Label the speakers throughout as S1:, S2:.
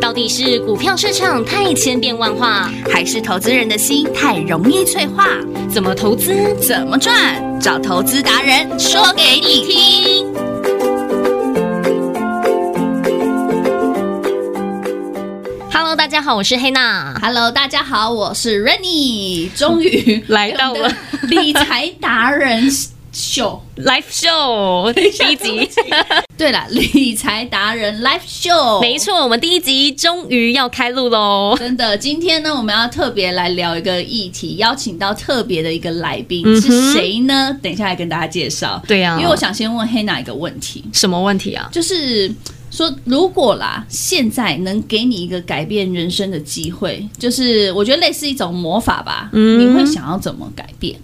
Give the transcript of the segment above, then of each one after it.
S1: 到底是股票市场太千变万化，
S2: 还是投资人的心太容易脆化？
S1: 怎么投资？
S2: 怎么赚？找投资达人说给你听。
S1: Hello，大家好，我是黑娜。
S2: Hello，大家好，我是 Rainy，终于
S1: 来到了
S2: 理财达人秀。
S1: Live Show 第一集，
S2: 对了，理财达人 Live Show，
S1: 没错，我们第一集终于要开录喽。
S2: 真的，今天呢，我们要特别来聊一个议题，邀请到特别的一个来宾、
S1: 嗯哼
S2: 是谁呢？等一下来跟大家介绍。
S1: 对呀
S2: 因为我想先问黑娜一个问题，
S1: 什么问题啊？
S2: 就是说，如果啦，现在能给你一个改变人生的机会，就是我觉得类似一种魔法吧，
S1: 嗯
S2: 你会想要怎么改变？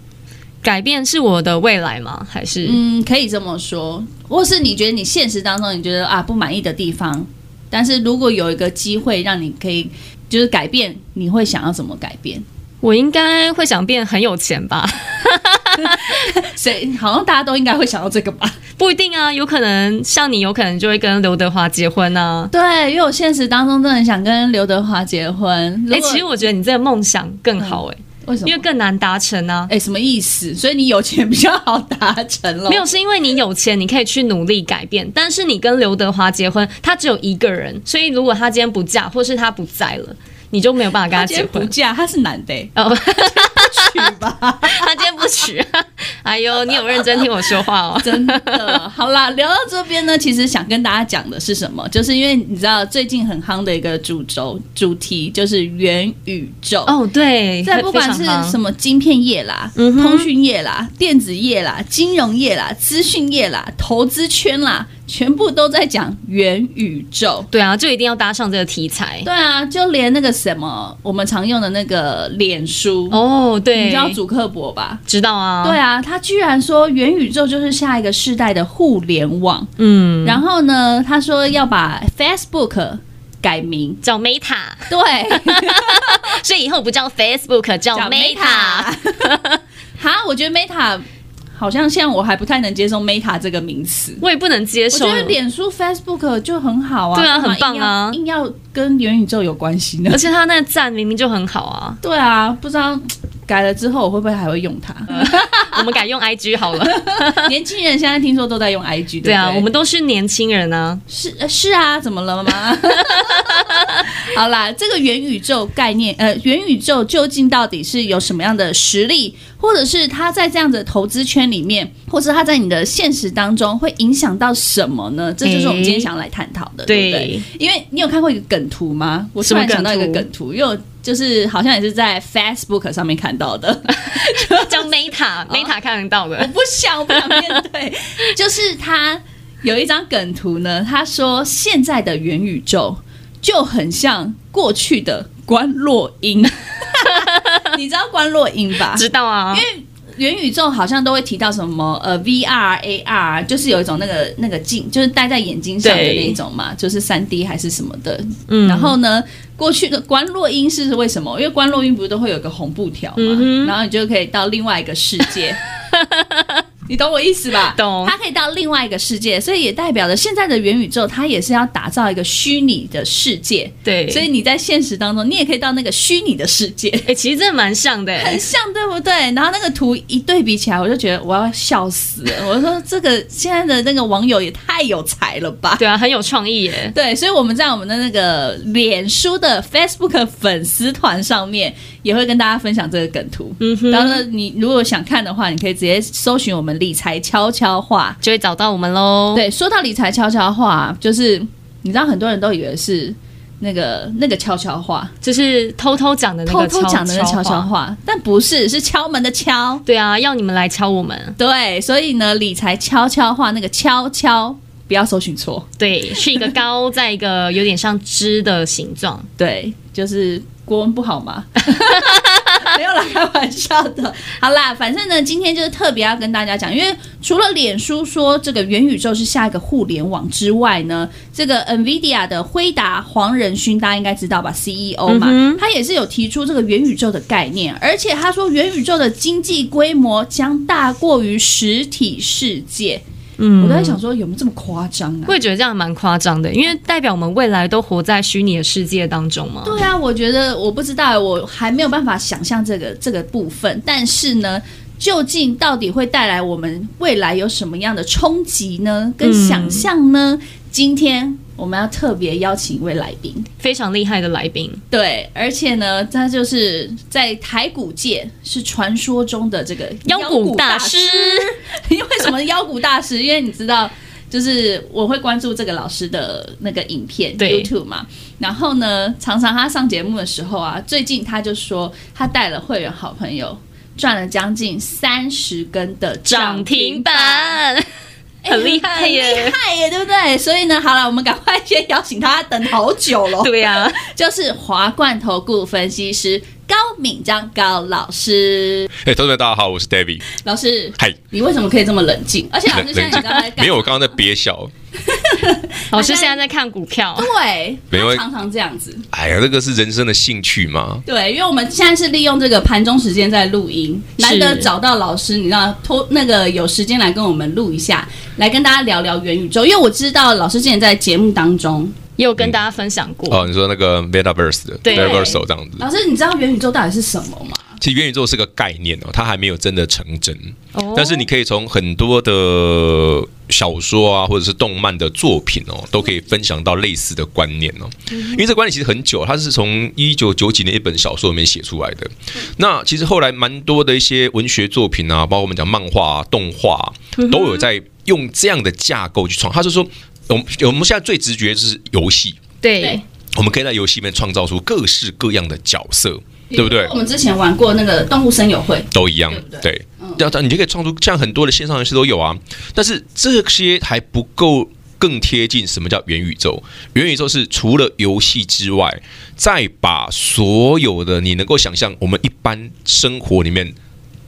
S1: 改变是我的未来吗？还是、
S2: 嗯，可以这么说，或是你觉得你现实当中你觉得啊不满意的地方，但是如果有一个机会让你可以就是改变，你会想要怎么改 变？
S1: 我应该会想变很有钱吧？
S2: 谁好像大家都应该会想到这个吧？
S1: 不一定啊，有可能像你，有可能就会跟刘德华结婚啊。
S2: 对，因为我现实当中真的很想跟刘德华结婚。
S1: 哎、
S2: 哎、
S1: 其实我觉得你这个梦想更好哎、
S2: 为什么？
S1: 因为更难达成啊。
S2: 哎、什么意思？所以你有钱比较好达成了。
S1: 没有，是因为你有钱，你可以去努力改变。但是你跟刘德华结婚，他只有一个人，所以如果他今天不嫁，或是他不在了，你就没有办法跟
S2: 他
S1: 他
S2: 今
S1: 结
S2: 天不
S1: 婚。
S2: 嫁，他是男的、欸，
S1: 哦，
S2: 去吧，
S1: 他今天不娶。哎呦，你有认真听我说话哦。
S2: 真的。好啦，聊到这边呢，其实想跟大家讲的是什么？就是因为你知道最近很夯的一个主轴主题就是元宇宙。
S1: 哦，对，
S2: 在不管是
S1: 非常夯
S2: 什么晶片业啦、
S1: 嗯哼
S2: 通讯业啦、电子业啦、金融业啦、资讯业啦、投资圈啦，全部都在讲元宇宙。
S1: 对啊，就一定要搭上这个题材。
S2: 对啊，就连那个什么我们常用的那个脸书，
S1: 哦，对，
S2: 你知道祖克伯吧？
S1: 知道啊，
S2: 对，啊，他居然说元宇宙就是下一个世代的互联网。
S1: 嗯，
S2: 然后呢，他说要把 Facebook 改名，
S1: 叫 Meta，
S2: 对，
S1: 所以以后不叫 Facebook，叫哦 Meta。。
S2: 哈，我觉得 Meta 好像现在我还不太能接受 Meta 这个名词。
S1: 我也不能接
S2: 我
S1: 受
S2: 觉。得脸书、Facebook 就很好啊，
S1: 对啊
S2: 干嘛
S1: 很棒啊
S2: 硬要硬要跟元宇宙有关系 呢
S1: 而。且他那个赞明明就很好啊，
S2: 对啊，不知道改了之后我会不会还会用 它？
S1: 我们改用 IG 好 了。
S2: 年轻人现在听说都在用 IG，对不
S1: 对
S2: 对
S1: 啊，我们都是年轻人啊。
S2: 是呃是啊，怎么了吗？ 好啦，这个元宇宙概念，呃，元宇宙究竟到底是有什么样的实力，或者是它在这样的投资圈里面，或是它在你的现实当中会影响到什么呢？这就是我们今天想要来探讨的，对不对？
S1: 对，
S2: 因为你有看过一个梗图吗？我
S1: 什
S2: 突
S1: 么
S2: 然想到一个
S1: 梗图
S2: 梗图，因为我就是好像也是在 Facebook 上面看到的。
S1: 叫 Meta，Meta 看得到
S2: 我
S1: 的。
S2: 不想，我不想面对。就是他有一张梗图呢，他说现在的元宇宙就很像过去的关洛英，你知道关洛英吧？
S1: 知道啊，
S2: 元宇宙好像都会提到什么呃 VR、AR，就是有一种那个那个镜，就是戴在眼睛上的
S1: 对
S2: 那一种嘛，就是三 D 还是什么的。
S1: 嗯
S2: 然后呢，过去的关洛音是为什么？因为关洛音不是都会有个红布条嘛，
S1: 嗯哼
S2: 然后你就可以到另外一个世 界。你懂我意思吧？
S1: 懂
S2: 它可以到另外一个世界，所以也代表着现在的元宇宙，它也是要打造一个虚拟的世界。
S1: 对，
S2: 所以你在现实当中，你也可以到那个虚拟的世界。
S1: 哎，其实真的蛮像的。
S2: 很像，对不对？然后那个图一对比起来，我就觉得我要笑死了。我说这个现在的那个网友也太有才了吧？
S1: 对啊，很有创意耶。
S2: 对，所以我们在我们的那个脸书的 Facebook 粉丝团上面，也会跟大家分享这个梗图。
S1: 嗯哼，
S2: 然后你如果想看的话，你可以直接搜寻我们理财悄悄话。
S1: 就会找到我们喽。
S2: 对，说到理财悄悄话，就是你知道很多人都以为是那个那个悄悄话，
S1: 就是偷偷讲的那
S2: 偷
S1: 个
S2: 偷讲的那悄悄
S1: 话。
S2: 话，但不是，是敲门的敲。
S1: 对啊，要你们来敲我们。
S2: 对，所以呢，理财悄悄话那个悄悄不要搜寻错，
S1: 对，是一个高，在一个有点像枝的形状。
S2: 对，就是国文不好嘛。没有啦，开玩笑的。好啦，反正呢，今天就是特别要跟大家讲，因为除了脸书说这个元宇宙是下一个互联网之外呢，这个 NVIDIA 的辉达黄仁勋大家应该知道吧，CEO 嘛，
S1: 嗯
S2: 他也是有提出这个元宇宙的概念，而且他说元宇宙的经济规模将大过于实体世界。嗯，我都在想说有没有这么夸张啊？
S1: 我也觉得这样蛮夸张的，因为代表我们未来都活在虚拟的世界当中嘛。
S2: 对啊，我觉得我不知道，我还没有办法想象这个这个部分。但是呢，究竟到底会带来我们未来有什么样的冲击呢？跟想象呢？今天我们要特别邀请一位来宾，
S1: 非常厉害的来宾，
S2: 对，而且呢，他就是在台股界是传说中的这个
S1: 妖股大师。
S2: 因为什么妖股大师？因为你知道，就是我会关注这个老师的那个影片
S1: 对
S2: YouTube 嘛。然后呢，常常他上节目的时候啊，最近他就说他带了会员好朋友赚了将近三十根的
S1: 涨停，板，
S2: 哎
S1: 很厉害
S2: 很厉
S1: 耶！
S2: 害耶，对不对？所以呢，好了，我们赶快先邀请他，等好 久了。
S1: 对啊呀、
S2: 就是华冠投顾分析师高敏章高老师。
S3: 哎，同学们，大家好，我是 David。
S2: 老师，
S3: 嗨，
S2: 你为什么可以这么冷静？而且老师现 在你刚刚在干
S3: 没有，我刚刚在憋笑。
S1: 老师现在在看股票，
S2: 对，
S3: 没有
S2: 他常常这样子。
S3: 哎呀，这个是人生的兴趣嘛。
S2: 对，因为我们现在是利用这个盘中时间在录音，
S1: 是
S2: 难得找到老师，你知道，拖那个有时间来跟我们录一下，来跟大家聊聊元宇宙。因为我知道老师之前在节目当中，
S1: 也有跟大家分享过。
S3: 哦，你说那个 Metaverse 的
S1: 对
S3: Metaverse 这样子，
S2: 老师你知道元宇宙到底是什么吗？
S3: 其实元宇宙是个概念哦，它还没有真的成真。
S1: 哦
S3: 但是你可以从很多的小说啊，或者是动漫的作品哦，都可以分享到类似的观念哦。因为这观念其实很久，它是从一九九几年一本小说里面写出来的。那其实后来蛮多的一些文学作品啊，包括我们讲漫画、啊、动画啊、都有在用这样的架构去创。他就说，我们我们现在最直觉就是游戏，
S1: 对
S2: 对，
S3: 我们可以在游戏里面创造出各式各样的角色，对不对？
S2: 我们之前玩过那个动物声友会，
S3: 都一样
S2: 对不，对嗯
S3: 对，要它你就可以创出像很多的线上游戏都有啊，但是这些还不够更贴近什么叫元宇宙？元宇宙是除了游戏之外，再把所有的你能够想象我们一般生活里面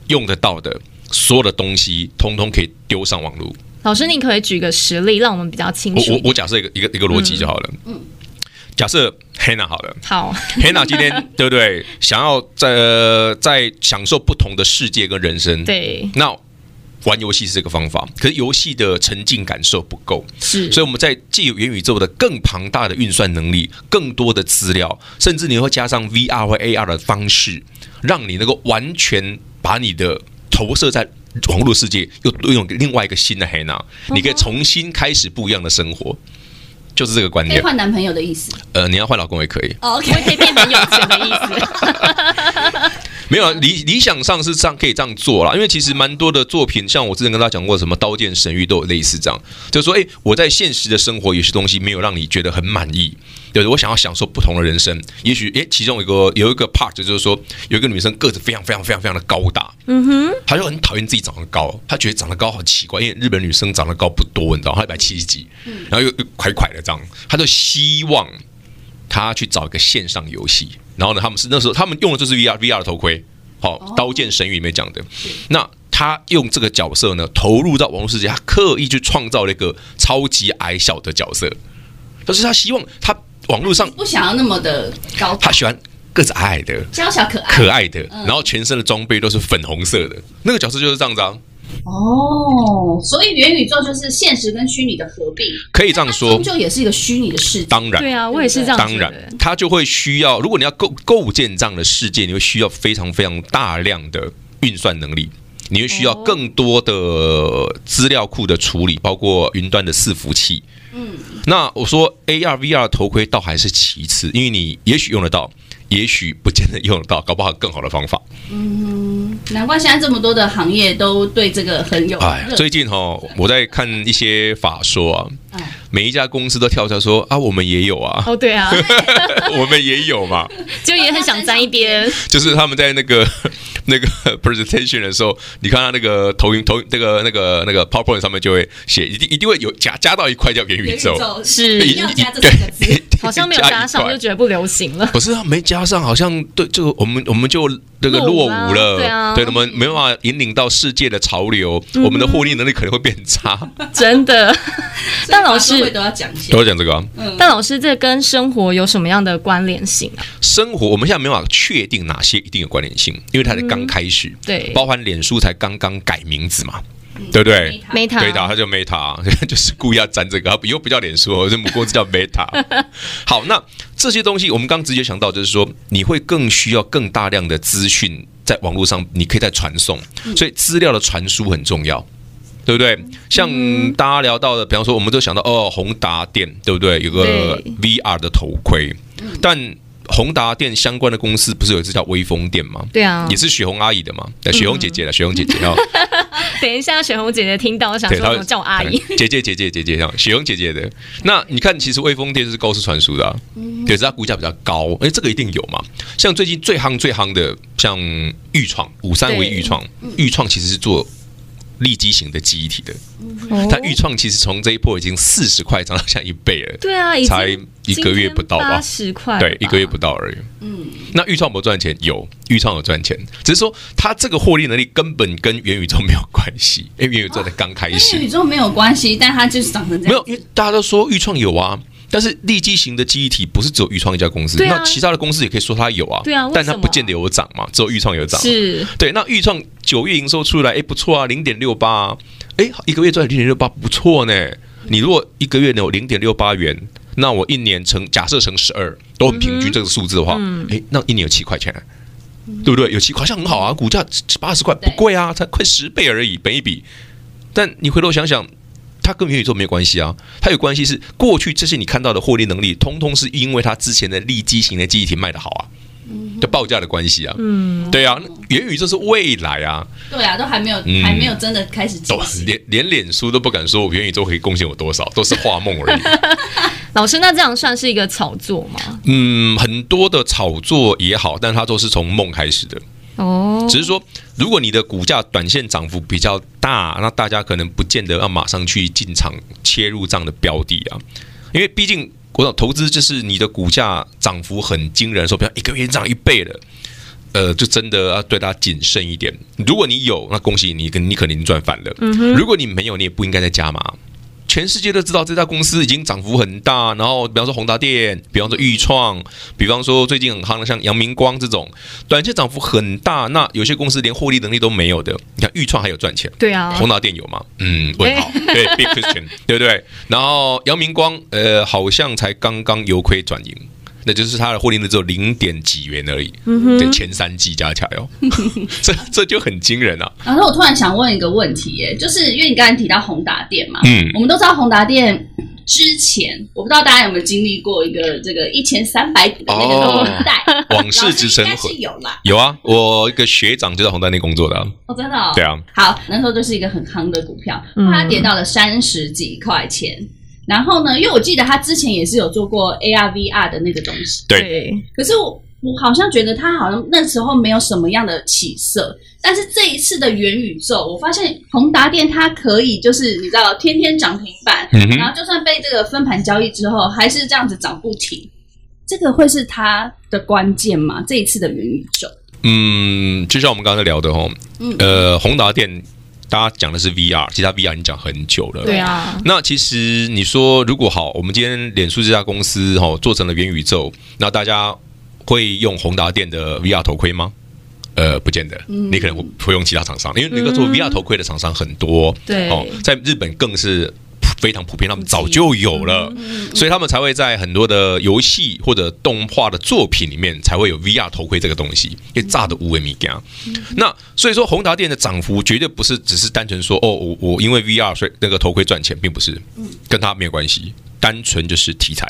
S3: 用得到的所有的东西，通通可以丢上网络。
S1: 老师，你可以举个实例，让我们比较
S2: 嗯
S1: 清
S3: 我
S1: 楚
S3: 我。我假设一个一个一个逻辑就好了，嗯，假设 Hannah 好了。
S1: 好，
S3: Hannah 今天对不对？想要在、呃在享受不同的世界跟人生，
S1: 对，
S3: 那玩游戏是这个方法，可是游戏的沉浸感受不够，
S1: 是
S3: 所以我们在借由元宇宙的更庞大的运算能力、更多的资料，甚至你会加上 VR 或 AR 的方式，让你能够完全把你的投射在网络世界，又又用另外一个新的黑娜，你可以重新开始不一样的生活，就是这个观
S2: 可以
S3: 念。
S2: 换男朋友的意思。
S3: 呃，你要换老公也可以，
S2: OK，
S1: 我也可以变很有钱的意思。
S3: 没有啊理理想上是这样可以这样做啦，因为其实蛮多的作品，像我之前跟大家讲过，什么《刀剑神域》都有类似这样，就是说，哎，我在现实的生活有些东西没有让你觉得很满意，对不对我想要享受不同的人生，也许，哎，其中有一个有一个 part 就是说，有一个女生个子非常非常非常非常的高大，嗯哼，她就很讨厌自己长得高，她觉得长得高好奇怪，因为日本女生长得高不多，你知道，她一百七十几，然后又又快快的这样，她就希望他去找一个线上游戏，然后呢，他们是那时候他们用的就是 VR VR 的头盔，好、刀剑神域》里面讲的。那他用这个角色呢，投入到网络世界，他刻意去创造了一个超级矮小的角色，但是他希望他网络上
S2: 不想要那么的高
S3: 他喜欢个子矮矮的、
S2: 娇小可爱
S3: 可爱的，然后全身的装备都是粉红色的，那个角色就是这样子啊，
S2: 哦，所以元宇宙就是现实跟虚拟的合并。
S3: 可以这样
S2: 终
S3: 说，
S2: 究也是一个虚拟的世界。
S3: 当然。
S1: 对啊，我也是这样
S3: 当
S1: 觉
S3: 然
S1: 得。，
S3: 它就会需要，如果你要构构建这样的世界，你会需要非常非常大量的运算能力，你会需要
S1: 哦
S3: 更多的资料库的处理，包括云端的伺服器。嗯，那我说 AR、VR 头盔倒还是其次，因为你也许用得到，也许不见得用得到，搞不好有更好的方法。
S2: 难怪现在这么多的行业都对这个很有
S3: 哎，
S2: 热。
S3: 最近哈、哦，我在看一些法说啊
S2: 哎，
S3: 每一家公司都跳出来说啊，我们也有 啊，
S1: 哦，对啊，
S3: 我们也有嘛。
S1: 就也很想沾一 边。
S3: 就是他们在那个那个 presentation 的时候，你看他那个投影投那个那个那个 PowerPoint 上面就会写，一定一定会有加加到一块叫元宇宙，
S1: 是
S3: 一
S2: 一
S3: 定
S2: 定要
S3: 一
S2: 加这
S3: 对
S2: 四个字。
S3: 一定
S1: 好像没有搭上
S3: 加一
S1: 就
S3: 块
S1: 觉得不流行了。
S3: 不是啊，没加上，好像对这个我们我们就那个
S1: 落
S3: 落
S1: 伍
S3: 伍
S1: 啦
S3: 了，
S1: 对啊嗯
S3: 我们没办法引领到世界的潮流，我们的获利能力可能会变差。
S1: 真的。但老
S2: 所以法说会
S1: 师，
S2: 都要讲一下
S3: 都，要讲这个、啊，
S1: 但老师，这跟生活有什么样的关联性啊？
S3: 生活我们现在没办法确定哪些一定有关联性，因为它才刚开始，
S1: 嗯对
S3: 包含脸书才刚刚改名字嘛，对不对？
S2: 嗯
S1: Meta
S3: 对打，它叫 Meta，就是 故意要沾这个，它以后不叫脸书哦，这母公司叫 Meta。好，那这些东西我们刚直接想到，就是说你会更需要更大量的资讯在网络上，你可以在传送，
S1: 嗯
S3: 所以资料的传输很重要。对不对？像大家聊到的，比方说，我们都想到哦，宏达电，对不对？有个
S1: 对嗯
S3: VR 的头盔，但宏达电相关的公司不是有一只叫微风电吗？
S1: 对啊
S3: 也是雪红阿姨的嘛，呃雪红姐
S1: 嗯
S3: 姐的，雪红姐姐哦，
S1: 等一下，雪红姐姐听到想
S3: 对，
S1: 说
S3: 她
S1: 怎
S3: 会
S1: 么叫我阿姨，，
S3: 姐姐姐姐姐姐这样，雪红姐姐的。那你看，其实微风电就是高速传输的、啊，
S1: 嗯
S3: 可是它股价比较高，哎，这个一定有嘛。像最近最夯最夯的，像豫创五三
S1: 对
S3: 为
S1: 嗯
S3: 豫创，豫创其实是做立基型的记忆体的，
S1: 哦
S3: 它豫创其实从这一波已经四十块涨到现在一倍了，
S1: 对啊，已经
S3: 才一个月不到吧
S1: 八十块，
S3: 对，一个月不。到而已。嗯，那豫创有没有赚钱？有，豫创有赚钱，只是说它这个获利能力根本跟元宇宙没有关系，因为元宇宙才刚开始。
S2: 跟宇宙没有关系，但它就是长成这样。
S3: 没有，因为大家都说豫创有啊，但是立基型的记忆体不是只有豫创一家公司，
S1: 对啊
S3: 那其他的公司也可以说它有啊，
S1: 对啊为
S3: 但它
S1: 什么
S3: 不见得有涨嘛，只有豫创有涨。
S1: 是，
S3: 对，那豫创九月营收出来，哎，不错啊，零点六八啊，哎，一个月赚零点六八，不错呢。你如果一个月有零点六八元，那我一年乘假设乘十二，都很平均这个数字的话，哎，那一年有七块钱啊、对不对？有七块好像很好啊，股价八十块不贵啊，才快十倍而已，本一比。但你回头想想，它跟元宇宙没有关系啊，它有关系是过去这些你看到的获利能力，通通是因为它之前的利基型的记忆体卖的好啊，的报价的关系啊，嗯，对啊，那元宇宙是未来啊，
S2: 对啊，都还没有，
S3: 嗯
S2: 还没有真的开始
S3: 都
S2: 进行。
S3: 连连脸书都不敢说我元宇宙可以贡献我多少，都是画梦而已。
S1: 老师，那这样算是一个炒作吗？
S3: 嗯，很多的炒作也好，但它都是从梦开始的。
S1: 哦，
S3: 只是说，如果你的股价短线涨幅比较大，那大家可能不见得要马上去进场切入这样的标的啊，因为毕竟我想投资就是你的股价涨幅很惊人的时候，比方一个月涨一倍了。呃，就真的要对它谨慎一点。如果你有，那恭喜你，你肯定赚翻了。如果你没有，你也不应该再加码。全世界都知道这家公司已经涨幅很大，然后比方说宏达电，比方说豫创，比方说最近很夯的像阳明光这种，短线涨幅很大。那有些公司连获利能力都没有的，你看豫创还有赚钱，
S1: 对啊，
S3: 宏达电有吗？嗯，问号，对，Big Question，对不对？然后阳明光，呃，好像才刚刚由亏转盈。那就是它的获利呢只有零点几元而已，对，前三季加起来哦，这这就很惊人啊！
S2: 然后我突然想问一个问题、耶，就是因为你刚才提到宏达电嘛，
S3: 嗯
S2: 我们都知道宏达电之前，我不知道大家有没有经历过一个这个一千三百股的那个年代，
S3: 往
S2: 老
S3: 事
S2: 师
S3: 哦之神
S2: 应该
S3: 魂
S2: 是有啦，
S3: 有啊，我一个学长就在宏达内工作的啊、
S2: 哦，真的、哦，
S3: 对啊，
S2: 好，那时候就是一个很夯的股票，
S3: 嗯
S2: 后来它跌到了三十几块钱。然后呢，因为我记得他之前也是有做过 AR VR 的那个东西，
S3: 对
S1: 对，
S2: 可是我我好像觉得他好像那时候没有什么样的起色。但是这一次的元宇宙，我发现宏达电它可以就是你知道天天涨停板，
S3: 嗯哼
S2: 然后就算被这个分盘交易之后，还是这样子涨不停。这个会是它的关键吗？这一次的元宇宙，
S3: 嗯，就像我们刚才聊的哦，
S2: 嗯
S3: 呃，宏达电大家讲的是 VR，其实它 VR 已经讲很久了。
S1: 对啊，
S3: 那其实你说，如果好，我们今天脸书这家公司哦做成了元宇宙，那大家会用宏达电的 VR 头盔吗？呃，不见得，
S1: 嗯
S3: 你可能会会用其他厂商，因为能够做 VR 头盔的厂商很多，
S1: 对
S3: 哦，在日本更是普非常普遍，他们早就有了，所以他们才会在很多的游戏或者动画的作品里面才会有 VR 头盔这个东西，因为炸的无为米干。那所以说，宏达电的涨幅绝对不是只是单纯说哦，我我因为 VR 所以那个头盔赚钱，并不是，跟它没有关系，单纯就是题材。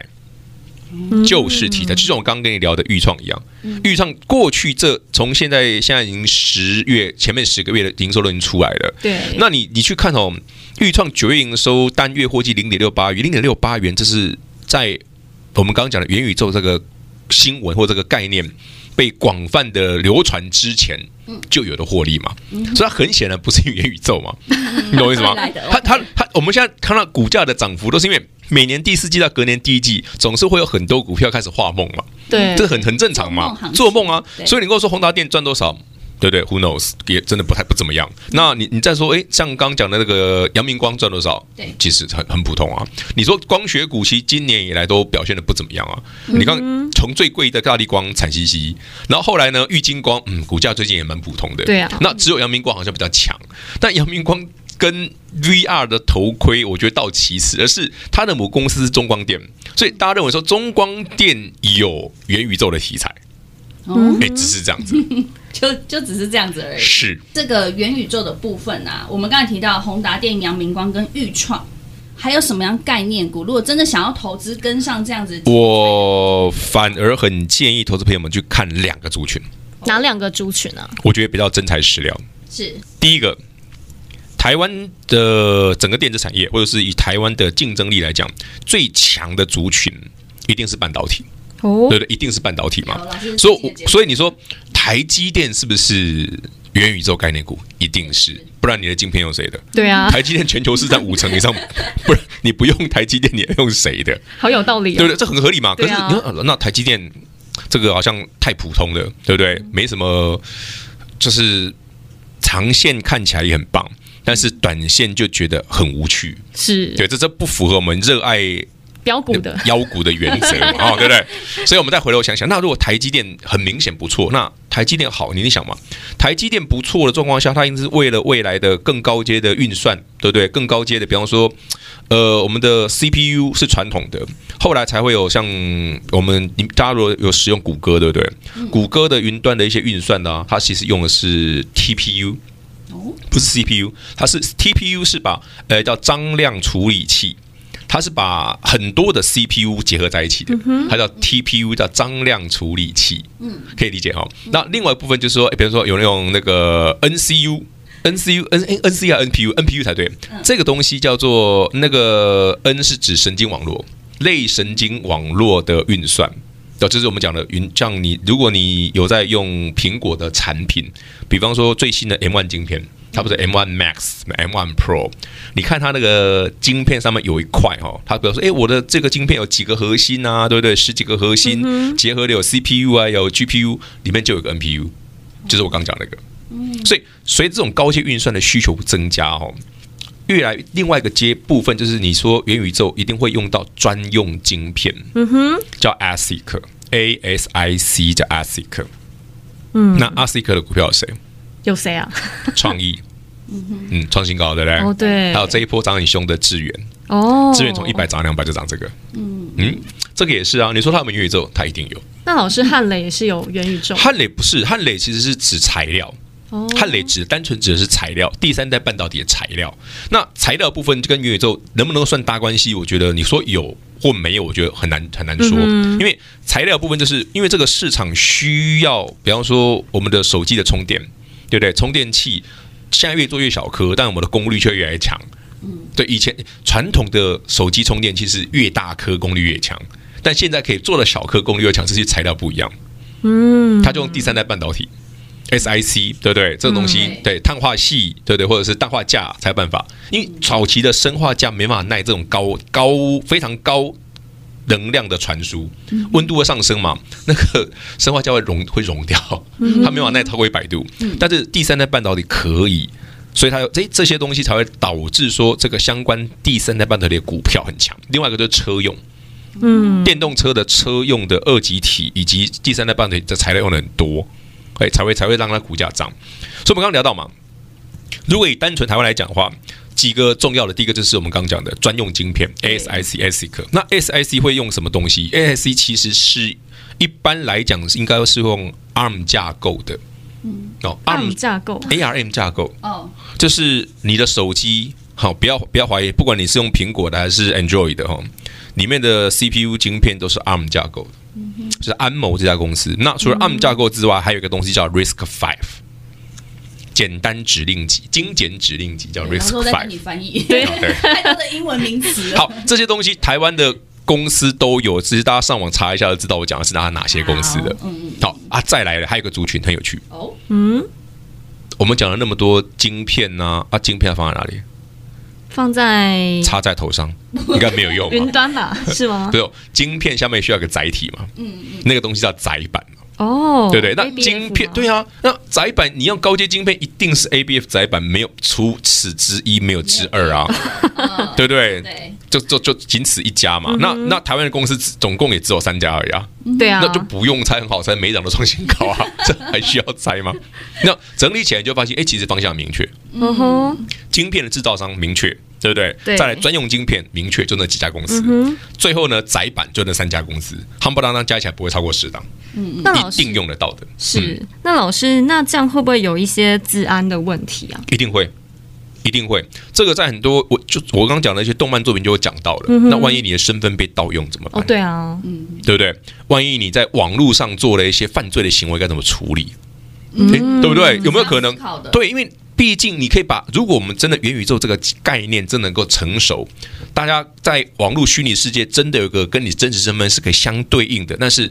S3: 就是题材，就像我刚刚跟你聊的豫创一样，豫创过去这从现在现在已经十月前面十个月的营收都已经出来了，
S1: 对
S3: 那你你去看哦，豫创九月营收单月获计零点六八元，零点六八元，这是在我们刚刚讲的元宇宙这个新闻或这个概念被广泛的流传之前。就有的获利嘛，
S2: 嗯
S3: 所以它很显然不是因为元宇 宙嘛，你懂我意思吗
S2: 未来的？
S3: 它它它，我们现在看到股价的涨幅，都是因为每年第四季到隔年第一季，总是会有很多股票开始画梦嘛，
S1: 对
S3: 这，很很正常嘛，
S2: 做
S3: 做
S2: 梦
S3: 梦
S2: 行
S3: 啊
S2: 情对。嗯
S3: 所以你跟我说宏达电赚多少，对不对？Who knows？也真的不太不怎么样。那你你再说，诶，像刚讲的那个阳明光赚多少？
S2: 对
S3: 其实很很普通啊。你说光学股其实今年以来都表现的不怎么样啊。
S1: 嗯
S3: 你刚从最贵的大力光惨兮兮，然后后来呢，玉金光，嗯，股价最近也蛮普通的。
S1: 对啊
S3: 那只有阳明光好像比较强，但阳明光。跟 VR 的头盔，我觉得到其次，而是它的母公司是中光电，所以大家认为说中光电有元宇宙的题材，
S1: 嗯
S2: 哦，
S3: 哎、只是这样子，
S2: 就就只是这样子而已。
S3: 是
S2: 这个元宇宙的部分啊，我们刚才提到宏达电、阳明光跟裕创，还有什么样概念股？如果真的想要投资跟上这样子，
S3: 我反而很建议投资朋友们去看两个族群，
S1: 哪两个族群啊？
S3: 我觉得比较真材实料。
S2: 是
S3: 第一个，台湾的整个电子产业，或者是以台湾的竞争力来讲，最强的族群一定是半导体，
S1: 哦
S3: 对不对？一定是半导体嘛
S2: 好。老师
S3: 啊所以
S2: 谢谢
S3: 我，所以你说台积电是不是元宇宙概念股？一定是，不然你的晶片用谁的？
S1: 对 啊，
S3: 台积电全球市占五成 以上，不然你不用台积电，你要用谁的？
S1: 好有道理、
S3: 对
S1: 啊
S3: 不。对？这很合理嘛。可
S1: 对
S3: 是你
S1: 啊
S3: 看，呃那台积电这个好像太普通了，对不对？
S1: 嗯
S3: 没什么，就是长线看起来也很棒，但
S1: 嗯
S3: 是短线就觉得很无趣。
S1: 是
S3: 对，这这不符合我们热爱
S1: 标股的，
S3: 妖股的原则嘛，哦，对不对？所以我们再回头想想，那如果台积电很明显不错，那台积电好，你你想嘛，台积电不错的状况下，它一定是为了未来的更高阶的运算，对不对？更高阶的，比方说，呃，我们的 CPU 是传统的，后来才会有像我们你大家如果有使用谷歌，对不对？谷歌的云端的一些运算呢、它其实用的是 TPU。
S2: 哦
S3: 不是 CPU，它是 TPU 是把呃叫张量处理器，它是把很多的 CPU 结合在一起的，它叫 TPU 叫张量处理器，嗯，可以理解哈。那另外一部分就是说，诶比如说有那种那个 NCU。NCU N N N C 啊 NPU NPU 才对，这个东西叫做那个 N 是指神经网络，类神经网络的运算，哦，这是我们讲的云。像你，如果你有在用苹果的产品，比方说最新的 M1 晶片，它不是 M1 Max、M1 Pro，你看它那个晶片上面有一块哦，它比如说，诶，我的这个晶片有几个核心啊，对不对？十几个核心，结合的有 CPU 啊，有 GPU，里面就有个 NPU，就是我刚讲那个。所以随着这种高阶运算的需求增加哦，越来另外一个阶部分就是你说元宇宙一定会用到专用晶片，嗯哼，叫 ASIC，A S I C 叫 ASIC。嗯，那 ASIC 的股票有谁？
S1: 有谁啊？
S3: 创意，嗯，创新高，对不对？
S1: 哦对
S3: 还有这一波涨很凶的智源，
S1: 哦，
S3: 智源从一百涨到两百就涨这个，嗯这个也是啊。你说它有没有元宇宙？它一定有。
S1: 那老师汉磊也是有元宇宙
S3: 汉磊不是，汉磊其实是指材料。
S1: 哦，
S3: 汉磊指单纯指的是材料，第三代半导体的材料。那材料部分就跟元宇宙能不能够算搭关系？我觉得你说有或没有，我觉得很难很难说，因为材料部分就是因为这个市场需要，比方说我们的手机的充电，对不对？充电器现在越做越小颗，但我们的功率却越来越强。对，以前传统的手机充电器是越大颗功率越强，但现在可以做的小颗功率越强，这些材料不一样。嗯，它就用第三代半导体 SiC，对不对？这个东西、对碳化系，对不对，或者是氮化镓才有办法，因为早期的生化镓没办法耐这种高高非常高。能量的传输，温度会上升嘛？那个生化镓会溶会溶掉，它没有办法耐超过一百度。但是第三代半导体可以，所以它有这这些东西才会导致说这个相关第三代半导体的股票很强。另外一个就是车用，嗯，电动车的车用的二极体以及第三代半导体的材料用的很多，哎，才会才会让它股价涨。所以我们刚刚聊到嘛，如果以单纯台湾来讲的话。几个重要的，第一个就是我们刚刚讲的专用晶片 ASIC ASIC。那 ASIC 会用什么东西？ASIC 其实是一般来讲应该是用 ARM 架构的，哦
S1: ，ARM
S3: ，ARM
S1: 架构
S3: ARM 架构，
S2: 哦，
S3: 就是你的手机，好，不要不要怀疑，不管你是用苹果的还是 Android 的哈，里面的 CPU 晶片都是 ARM 架构的，就是安谋这家公司。那
S2: 嗯
S3: 除了 ARM 架构之外，还有一个东西叫 RISC Five，简单指令集，精简指令集叫
S2: 老师
S3: RISC
S2: 我在帮
S3: 啊 Five
S2: 你。翻译，
S1: 对
S3: 哦对，
S2: 太多的英文名词了。
S3: 好，这些东西台湾的公司都有，只是大家上网查一下就知道我讲的是哪哪些公司的。
S2: 好嗯嗯，
S3: 好啊，再来了，还有一个族群很有趣，
S2: 哦，
S3: 我们讲了那么多晶片呐、啊，晶片要放在哪里？
S2: 嗯
S1: 放在
S3: 插在头上应该没有用吧
S1: 云？端吧，是吗？
S3: 对哦，晶片下面需要有个载体嘛，嗯，那个东西叫载板嘛，
S1: 哦，
S3: 对不对？那
S1: ABF
S3: 晶片
S1: 吗
S3: 对啊，那窄板你要高阶晶片，一定是 ABF 窄板，没有除此之一，没有之二啊，
S2: 嗯
S3: 对不对？
S2: 对，
S3: 就就就仅此一家嘛。那那台湾的公司只总共也只有三家而已啊，
S1: 对啊，
S3: 那就不用猜，很好猜，每一档都创新高啊， 这还需要猜吗？那整理起来就发现，哎，其实方向明确，
S1: 嗯哼，
S3: 晶片的制造商明确。对不对？
S1: 对嗯
S3: 再来专用晶片，明确就那几家公司。最后呢，窄板就那三家公司，夯不啷当加起来不会超过十档，
S1: 那老
S3: 一嗯
S1: 师
S3: 定用得到的，
S1: 是那老师，那这样会不会有一些治安的问题啊？
S3: 一定会，一定会。这个在很多我就我刚刚讲的一些动漫作品就有讲到了。
S1: 嗯哼
S3: 那万一你的身份被盗用怎么
S1: 哦，
S3: 办？
S1: 对啊，
S3: 对不对？万一你在网络上做了一些犯罪的行为，该怎么处理？
S1: 嗯
S3: 诶对不对？有没有可
S2: 嗯
S3: 能
S2: 这样思考的？
S3: 对，因为毕竟你可以把，如果我们真的元宇宙这个概念真能够成熟，大家在网络虚拟世界真的有个跟你真实身份是可以相对应的，但是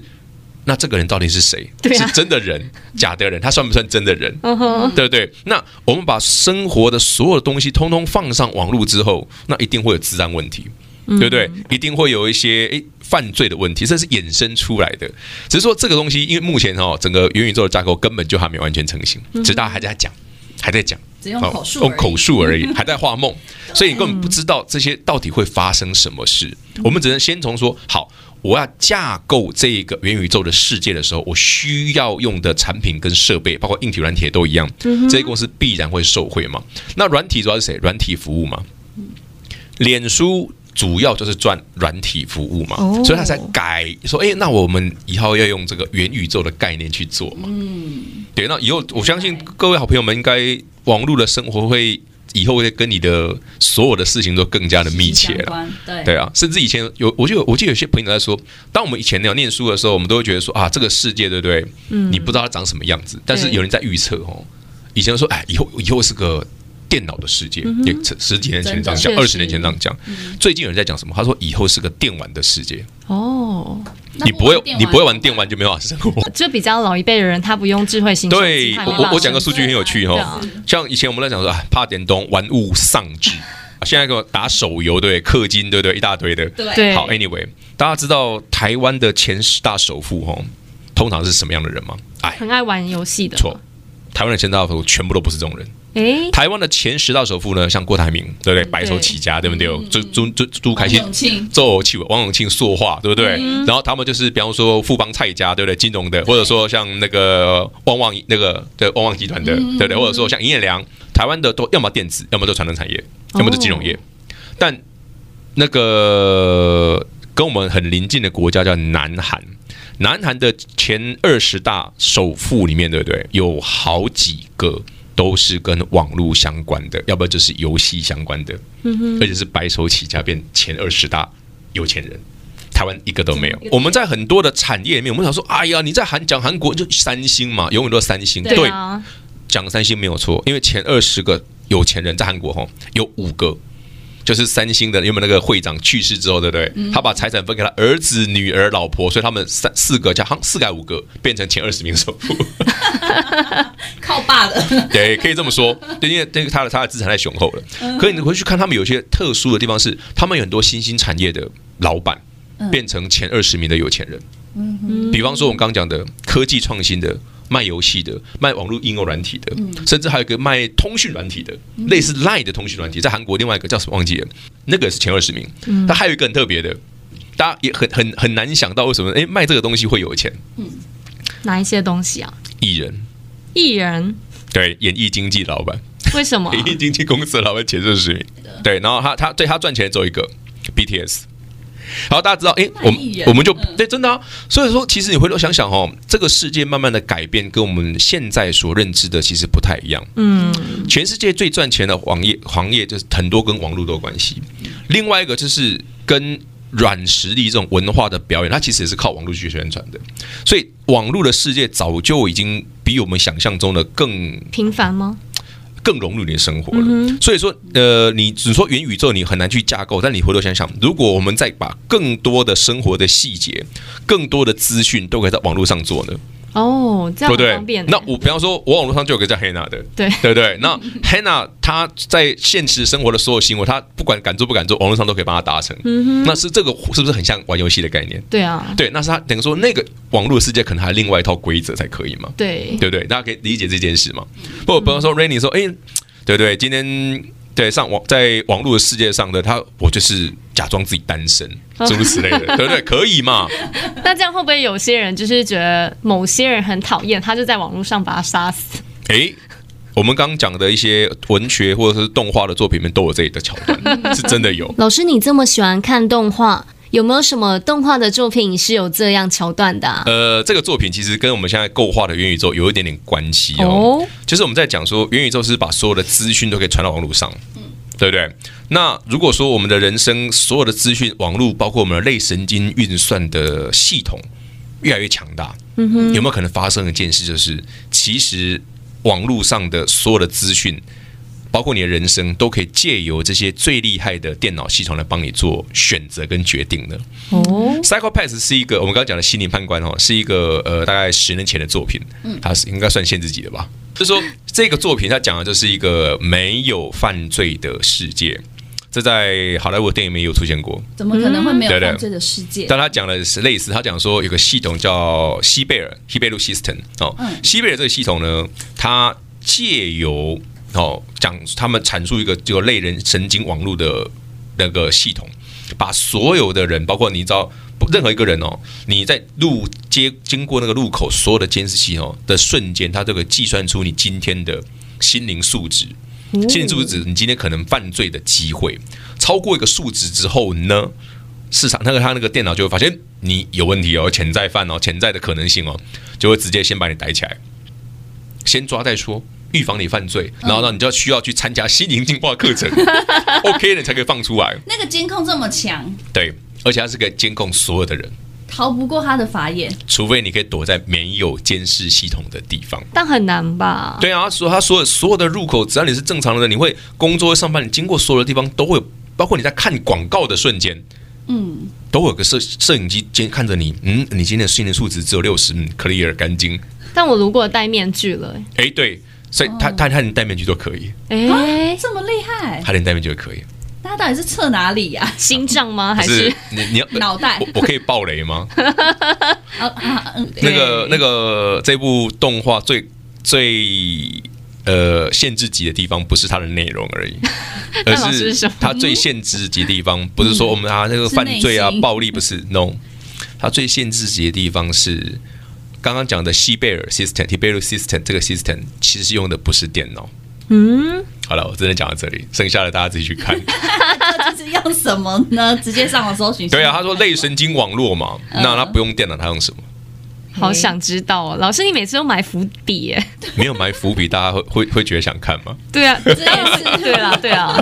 S3: 那这个人到底是谁？
S1: 对啊
S3: 是真的人、假的人？他算不算真的人？
S1: 嗯哼，
S3: 对不对？那我们把生活的所有的东西通通放上网络之后，那一定会有治安问题，对不对？一定会有一些诶犯罪的问题，这是衍生出来的。只是说这个东西，因为目前哦，整个元宇宙的架构根本就还没有完全成型，只是大家还在讲，还在讲。
S2: 只用
S3: 哦
S2: 口述而已，
S3: 用口述 而已，还在画梦，所以你根本不知道这些到底会发生什么事。
S2: 嗯
S3: 我们只能先从说好。我要架构这个元宇宙的世界的时候，我需要用的产品跟设备，包括硬体、软体也都一样，
S2: 嗯
S3: 这些公司必然会受惠嘛。那软体主要是谁？软体服务嘛。脸书主要就是赚软体服务嘛，
S1: 哦
S3: 所以他才改说，哎、那我们以后要用这个元宇宙的概念去做嘛。嗯，对，那以后我相信各位好朋友们应该网络的生活会以后会跟你的所有的事情都更加的密切
S2: 相
S3: 了。
S2: 关，对
S3: 对啊，甚至以前有，我就有我记得有些朋友在说，当我们以前要念书的时候，我们都会觉得说啊，这个世界对不对？你不知道它长什么样子，但是有人在预测哦。以前说，哎，以后以后是个电脑的世界，也十十几年前这样讲，
S1: 真的
S3: 二十年前这样讲。最近有人在讲什么？他说以后是个电玩的世界，
S1: 哦，
S2: 那
S3: 你不会
S2: 玩电
S3: 你不会玩
S2: 玩
S3: 电玩就没办法生活。
S1: 就比较老一辈的人，他不用智慧型手
S3: 对
S1: 机，他也
S3: 我
S1: 没办法
S3: 我我讲个数据很有趣
S1: 对
S3: 哦
S1: 啊，
S3: 像以前我们在讲说啊，怕点东玩物丧志，啊现在给我打手游对不对氪金对不对一大堆的，
S2: 对
S1: 对
S3: 好，Anyway，大家知道台湾的前十大首富哦，通常是什么样的人吗？哎，
S1: 很爱玩游戏的，
S3: 错，台湾的前十大首富全部都不是这种人。
S1: 诶，
S3: 台湾的前十大首富呢，像郭台铭，对不对？白手起家，对不
S1: 嗯
S3: 对？朱朱朱朱开心
S2: 王永庆。
S3: 周启伟、王永庆、塑化，对不对？然后他们就是，比方说富邦蔡家，对不对？金融的，或者说像那个旺旺那个对旺旺集团的，对不对？或者说像尹彦良，台湾的都要么电子，要么就传统产业，要么就金融业。但那个跟我们很邻近的国家叫南韩，南韩的前二十大首富里面，对不对？有好几个都是跟网络相关的，要不然就是游戏相关的，
S2: 嗯
S3: 而且是白手起家变前二十大有钱人。台湾一个都没
S2: 一
S3: 有
S2: 个都没。有
S3: 我们在很多的产业里面，我们想说，哎呀，你在韩讲韩国就三星嘛，永远都是三星。
S1: 对啊，
S3: 讲三星没有错，因为前二十个有钱人在韩国吼有五个。就是三星的原本那个会长去世之后，对不对？他把财产分给他儿子、女儿、老婆，所以他们三四个加好像四个还五个变成前二十名首富，
S2: 靠爸的，
S3: 对，可以这么说。对，因为这个他的他的资产太雄厚了。可你回去看，他们有些特殊的地方是，他们有很多新兴产业的老板变成前二十名的有钱人。比方说我们刚刚讲的科技创新的、卖游戏的、卖网络应用软体的，甚至还有一个卖通讯软体的，类似 Line 的通讯软体，在韩国另外一个叫什么忘记了，那个也是前二十名。它还有一个很特别的，大家也很很很难想到为什么诶卖这个东西会有钱，
S1: 哪一些东西啊？
S3: 艺人
S1: 艺人
S3: 对演艺经纪老板。
S1: 为什么 啊？
S3: 演艺哦经纪公司的老板前二十名，对，然后他他对他赚钱的只有一个 BTS。然后大家知道，诶，我们
S2: 卖艺人
S3: 我们就
S2: 嗯
S3: 对，真的啊。所以说，其实你回头想想哦，这个世界慢慢的改变，跟我们现在所认知的其实不太一样。
S1: 嗯，
S3: 全世界最赚钱的网页行业，就是很多跟网络都有关系。另外一个就是跟软实力这种文化的表演，它其实也是靠网络去宣传的。所以，网络的世界早就已经比我们想象中的更
S1: 平凡吗？
S3: 更融入你的生活了。
S1: 嗯
S3: 所以说，呃，你只说元宇宙，你很难去架构，但你回头想想，如果我们再把更多的生活的细节、更多的资讯都可以在网络上做呢，
S1: 哦，这
S3: 对
S1: 样
S3: 不
S1: 很
S3: 对
S1: 方便？欸。
S3: 那我比方说，我网络上就有个叫 Hannah 的，
S1: 对
S3: 对不对？那 Hannah 她在现实生活的所有行为，她不管敢做不敢做，网络上都可以帮她达成。
S1: 嗯
S3: 那是这个是不是很像玩游戏的概念？
S1: 对啊，
S3: 对，那是她等于说那个网络世界可能还有另外一套规则才可以嘛，
S1: 对
S3: 对不对？大家可以理解这件事嘛。或者比方说 Rainy 说，哎，对不对，今天。对，上网在网络的世界上的他，我就是假装自己单身，诸如此类的，对不对？可以嘛？
S1: 那这样会不会有些人就是觉得某些人很讨厌，他就在网络上把他杀死？
S3: 诶，我们刚刚讲的一些文学或者是动画的作品里面都有这里的桥段，是真的有。
S1: 老师，你这么喜欢看动画，有没有什么动画的作品是有这样桥段的、啊？
S3: 呃，这个作品其实跟我们现在构画的元宇宙有一点点关系哦。
S1: 哦，
S3: 就是我们在讲说，元宇宙是把所有的资讯都可以传到网络上，对不对？那如果说我们的人生所有的资讯，网络包括我们的类神经运算的系统越来越强大，有没有可能发生一件事，就是其实网络上的所有的资讯，包括你的人生，都可以借由这些最厉害的电脑系统来帮你做选择跟决定呢？
S1: 哦，
S3: Psychopath 是一个我们刚刚讲的心灵判官哦，是一个呃大概十年前的作品，它是应该算限制级的吧？就是说这个作品它讲的就是一个没有犯罪的世界，这在好莱坞的电影里面也有出现过。
S2: 怎么可能会没有
S3: 对对
S2: 犯罪的世界？
S3: 但他讲的是类似，他讲说有个系统叫西贝尔 h e b e l u System） 哦，西贝尔这个系统呢，它借由哦讲他们阐述一个这个类人神经网络的那个系统，把所有的人，包括你知道不任何一个人哦，你在路街经过那个路口所有的监视器哦的瞬间，它这个计算出你今天的心灵素质。心理素质，你今天可能犯罪的机会超过一个数值之后呢，市场那个他那个电脑就会发现你有问题哦，潜在犯哦，潜在的可能性哦，就会直接先把你逮起来，先抓再说。预防你犯罪，然后呢，你就要需要去参加心灵进化课程，OK 了你才可以放出来。
S2: 那个监控这么强，
S3: 对，而且它是可以监控所有的人，
S2: 逃不过他的法眼。
S3: 除非你可以躲在没有监视系统的地方。
S1: 但很难吧？
S3: 对啊，所以他所有所有的入口，只要你是正常的人，你会工作、会上班，你经过所有的地方都会有，包括你在看广告的瞬间，
S2: 嗯，
S3: 都会有个摄摄影机监看着你。嗯，你今天的训练数值只有六十，嗯，clear 干净。
S1: 但我如果戴面具了、欸，
S3: 哎，对，所以他、他他连戴面具都可以，
S1: 哎、
S2: 啊，这么厉害，
S3: 他连戴面具都可以。
S2: 那他到底是测哪里呀、
S1: 心脏吗？还
S3: 可
S1: 是
S3: 是你你要
S2: 脑袋
S3: 我我可以爆雷吗？
S2: 啊啊，嗯，
S3: 那个
S1: 对
S3: 那个这部动画最最呃限制级的地方不是它的内容 而已，而
S1: 老师是什
S3: 是
S1: 么嗯
S3: 它最限制级的地方不是说我们啊那个犯罪啊
S2: 是内心
S3: 暴力不是 no，它最限制级的地方是刚刚讲的西贝尔 system、提贝尔 system 这个 system 其实用的不是电脑。
S1: 嗯，
S3: 好了，我真的讲到这里，剩下的大家自己去看。
S2: 那就是要什么呢？直接上网搜寻。
S3: 对啊，他说类神经网络嘛，
S1: 嗯
S3: 那他不用电脑，他用什么？嗯
S1: 好想知道哦。老师，你每次都埋伏笔、耶。
S3: 没有埋伏笔，大家会会会觉得想看吗？
S1: 对啊，
S2: 这样是
S1: 对啦，对啊，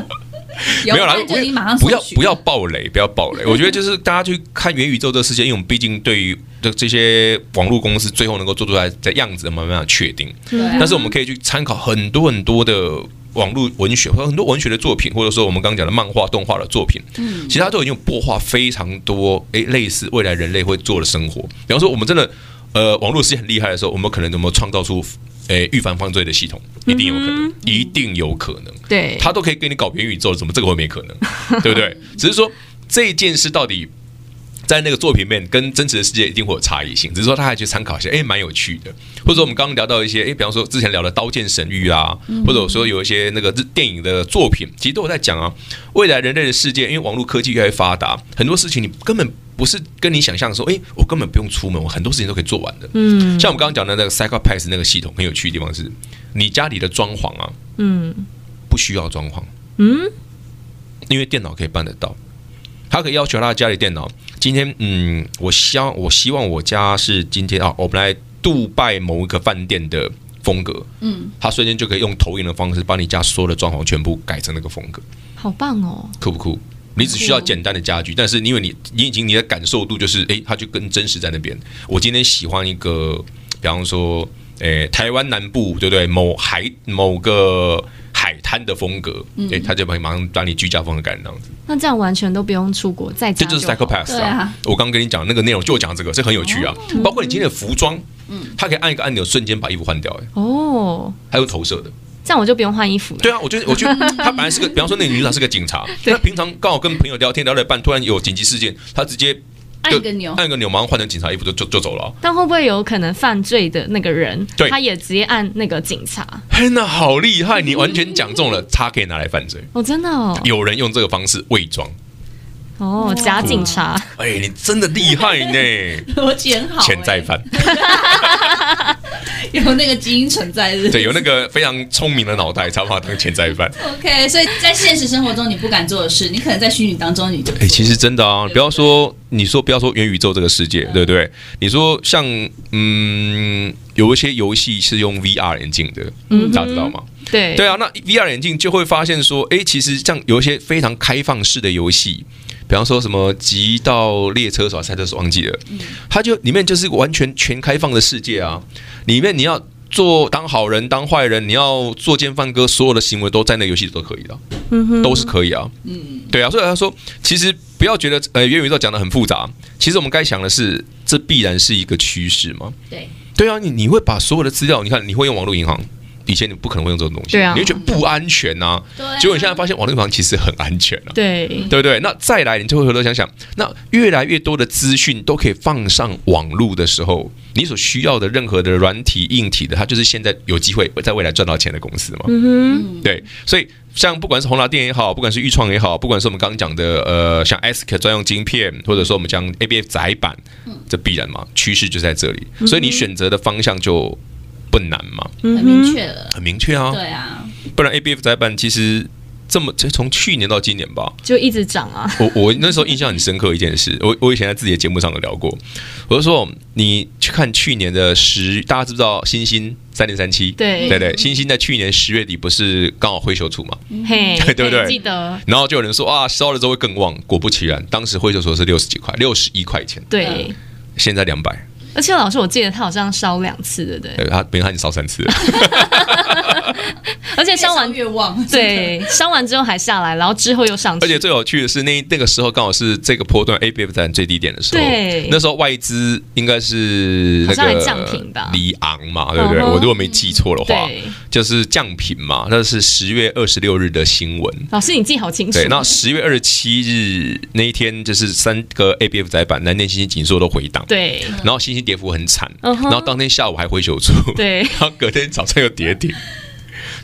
S2: 有
S3: 没有啦
S2: 那，就已经马上
S3: 不要
S2: 搜寻
S3: 不要暴雷，不要暴 雷。我觉得就是大家去看元宇宙这个世界，因为我们毕竟对于这这些网络公司最后能够做出来的样子，我们没办法确定。
S2: 对啊
S3: 但是我们可以去参考很多很多的网络文学，或者很多文学的作品，或者说我们刚刚讲的漫画、动画的作品，
S2: 嗯
S3: 其实它都已经有擘画非常多诶类似未来人类会做的生活。比方说，我们真的呃网络世界很厉害的时候，我们可能有没有创造出诶预防犯罪的系统？一定有
S2: 嗯
S3: 可能，一定有可能。
S1: 对，
S3: 他都可以跟你搞元宇宙，怎么这个会没可能？ 对不对？只是说这件事到底在那个作品面跟真实的世界一定会有差异性，只是说他还去参考一下，哎，蛮有趣的。或者说我们刚刚聊到一些，哎，比方说之前聊的《刀剑神域》啊，或者说有一些那个日电影的作品，其实都有在讲啊，未来人类的世界，因为网络科技越来越发达，很多事情你根本。不是跟你想象说，哎、我根本不用出门，我很多事情都可以做完的。嗯，像我们刚刚讲的那个 Psychopath 那个系统，很有趣的地方是，你家里的装潢啊，
S1: 嗯
S3: 不需要装潢，
S1: 嗯，
S3: 因为电脑可以办得到。他可以要求他的家里电脑，今天嗯，我希望我希望我家是今天啊，我们来杜拜某一个饭店的风格，嗯，他瞬间就可以用投影的方式把你家所有的装潢全部改成那个风格，
S1: 好棒哦，
S3: 酷不酷？你只需要
S2: 酷
S3: 简单的家具，但是因为你你已经你的感受度就是，诶，它就更真实在那边。我今天喜欢一个，比方说，诶，台湾南部对不对？某海某个海滩的风格，诶，它就会马上把你居家风的感那样子。
S1: 那这样完全都不用出国，在
S3: 这
S1: 家
S3: 就是
S1: 好
S3: psychopath
S2: 对
S3: 啊
S2: 啊！
S3: 我刚跟你讲那个内容就讲这个，这很有趣啊。包括你今天的服装，嗯，它可以按一个按钮，瞬间把衣服换掉、哎，
S1: 哦，
S3: 还有投射的。
S1: 这样我就不用换衣服了。
S3: 对啊，我 觉得，我觉得他本来是个，比方说那个女主角是个警察，
S1: 对
S3: 她平常刚好跟朋友聊天聊到一半，突然有紧急事件，她直接
S2: 按一个钮
S3: 按一个钮，马上换成警察衣服就就就走了、
S1: 但会不会有可能犯罪的那个人，
S3: 对
S1: 他也直接按那个警察？
S3: 嘿，那好厉害，你完全讲中了，他可以拿来犯罪。
S1: 哦，真的哦，
S3: 有人用这个方式伪装，
S1: 哦，假警察，
S3: 哎，你真的厉害呢，
S2: 逻辑很 好、欸，
S3: 潜在犯，
S2: 有那个基因存在是不是
S3: 对，有那个非常聪明的脑袋，才把他当潜在犯。
S2: OK，所以在现实生活中你不敢做的事，你可能在虚拟当中你就
S3: 哎、其实真的啊，不要说你说不要说元宇宙这个世界，对不对？你说像嗯，有一些游戏是用 VR 眼镜的，
S1: 嗯哼
S3: 大家知道吗？
S1: 对
S3: 对啊，那 VR 眼镜就会发现说，哎，其实像有一些非常开放式的游戏，比方说什么《极道列车手》啊还是《赛车手》，忘记了，
S1: 嗯
S3: 它就里面就是完全全开放的世界啊，里面你要。做当好人当坏人，你要做奸犯科，所有的行为都在那个游戏里都可以的啊，
S1: 嗯哼
S3: 都是可以啊。嗯，对啊，所以他说，其实不要觉得呃元宇宙讲的很复杂，其实我们该想的是，这必然是一个趋势嘛。
S2: 对，
S3: 对啊，你你会把所有的资料，你看你会用网络银行，以前你不可能会用这种东西，
S1: 对啊
S3: 你会觉得不安全呐、
S2: 对啊
S3: 结果你现在发现网络银行其实很安全啊。
S1: 对
S3: 对不对？那再来，你就会回头想想，那越来越多的资讯都可以放上网络的时候，你所需要的任何的软体、硬体的，它就是现在有机会在未来赚到钱的公司嘛。
S1: 嗯哼，
S3: 对，所以像不管是宏达电也好，不管是裕创也好，不管是我们刚刚讲的呃，像 ASIC 专用晶片，或者说我们讲 ABF 窄板，这必然嘛，趋势就在这里，所以你选择的方向就不难嘛，
S2: 很明确了。
S3: 很明确啊。
S2: 对啊，
S3: 不然 ABF 窄板其实这么，这从去年到今年吧，
S1: 就一直涨啊，
S3: 我我那时候印象很深刻一件事，我我以前在自己的节目上有聊过，我就说你去看去年的十，大家知不知道星星三零三七？
S1: 对
S3: 对对，星星在去年十月底不是刚好灰球处嘛？
S1: 嘿，
S3: 对对对
S1: 记得，
S3: 然后就有人说啊，烧了之后会更旺。果不其然，当时灰球所是六十几块，六十一块钱，
S1: 对。
S3: 现在两百，
S1: 而且老师，我记得他好像烧两次，对不对？
S3: 对，他别人看你烧三 次了，
S1: 而且烧完，
S2: 越旺，
S1: 对，烧完之后还下来，然后之后又上去，
S3: 而且最有趣的是那那个时候刚好是这个波段 A B F 站最低点的时候
S1: 对，
S3: 那时候外资应该是那
S1: 好像还
S3: 个
S1: 降平吧
S3: 里昂嘛，对不对？
S1: 嗯哼
S3: 我如果没记错的话
S1: 对，
S3: 就是降平嘛，那是十月二十六日的新闻。
S1: 老师你记好清楚
S3: 对，，那十月二十七日那一天，就是三个 A B F 窄板、南电、新兴、紧缩都回档，
S1: 对
S3: 然后星星跌幅很惨，
S1: 嗯
S3: 然
S1: 哼
S3: 后当天下午还回球出，
S1: 对
S3: 然后隔天早上又跌 停，